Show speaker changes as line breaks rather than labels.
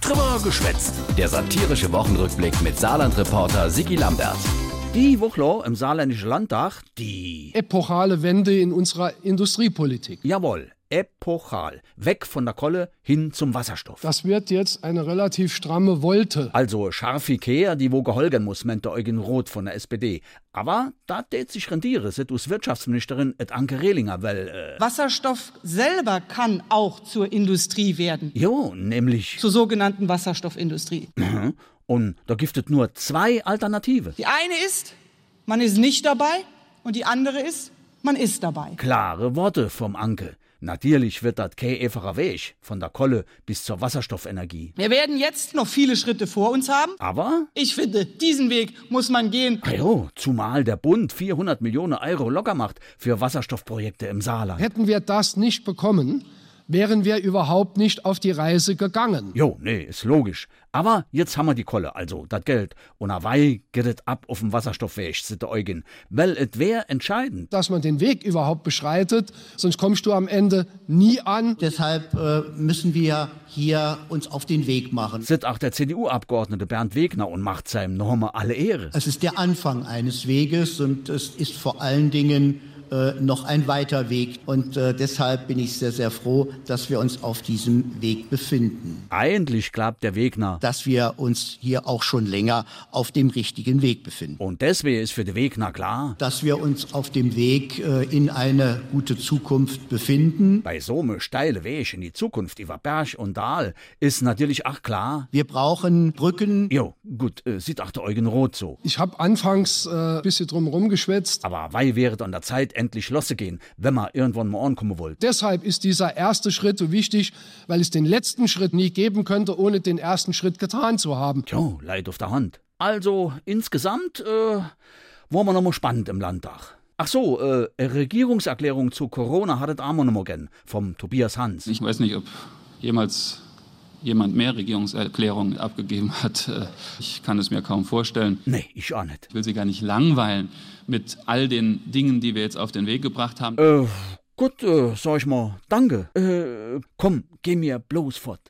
Trimmer geschwätzt. Der satirische Wochenrückblick mit Saarland-Reporter Sigi Lambert.
Die Woche im Saarländischen Landtag, die.
epochale Wende in unserer Industriepolitik.
Jawohl, epochal. Weg von der Kolle hin zum Wasserstoff.
Das wird jetzt eine relativ stramme Wolte.
Also scharfe Kehr, die wo geholgen muss, meint der Eugen Roth von der SPD. Aber da tät sich rendiere, se dus Wirtschaftsministerin et Anke Rehlinger, weil, äh,
Wasserstoff selber kann auch zur Industrie werden,
jo, nämlich.
zur sogenannten Wasserstoffindustrie.
Und da giftet nur zwei Alternative.
Die eine ist, man ist nicht dabei und die andere ist, man ist dabei.
Klare Worte vom Anke. Natürlich wird dat kei einfacher Weg, von der Kolle bis zur Wasserstoffenergie.
Wir werden jetzt noch viele Schritte vor uns haben.
Aber
Ich finde, diesen Weg muss man gehen.
Ah Jo, zumal der Bund 400 Millionen Euro locker macht für Wasserstoffprojekte im Saarland.
Hätten wir das nicht bekommen, wären wir überhaupt nicht auf die Reise gegangen.
Jo, nee, ist logisch. Aber jetzt haben wir die Kolle, also das Geld. Und awei geht et ab auf dem Wasserstoffweg, sit der Eugen. Weil et wär entscheidend.
Dass man den Weg überhaupt beschreitet, sonst kommst du am Ende nie an.
Deshalb äh, müssen wir hier uns auf den Weg machen.
Sit auch der CDU-Abgeordnete Bernd Wegner und macht seinem Norme alle Ehre.
Es ist der Anfang eines Weges und es ist vor allen Dingen äh, noch ein weiter Weg. Und äh, deshalb bin ich sehr, sehr froh, dass wir uns auf diesem Weg befinden.
Eigentlich glaubt der Wegner.
Dass wir uns hier auch schon länger auf dem richtigen Weg befinden.
Und deswegen ist für den Wegner klar,
Dass wir uns auf dem Weg äh, in eine gute Zukunft befinden.
bei so einem steile Weg in die Zukunft über Berg und Dahl ist natürlich auch klar.
Wir brauchen Brücken.
Jo, gut, äh, sieht auch der Eugen Roth so.
Ich habe anfangs äh, ein bisschen drumherum geschwätzt.
Aber wei wäret an der Zeit endlich losse gehen, wenn man irgendwann mal ankommen wollt.
Deshalb ist dieser erste Schritt so wichtig, weil es den letzten Schritt nie geben könnte, ohne den ersten Schritt getan zu haben.
Jo, leid auf der Hand. Also, insgesamt, äh, war man nochmal spannend im Landtag. Ach so, äh, eine Regierungserklärung zu Corona hattet auch nochmal gern, vom Tobias Hans.
Ich weiß nicht, ob jemals jemand mehr Regierungserklärungen abgegeben hat. Äh, Ich kann es mir kaum vorstellen.
Nee, ich auch nicht.
Ich will Sie gar nicht langweilen mit all den Dingen, die wir jetzt auf den Weg gebracht haben.
Äh, gut, äh, sag ich mal, danke. Äh, komm, geh mir bloß fort.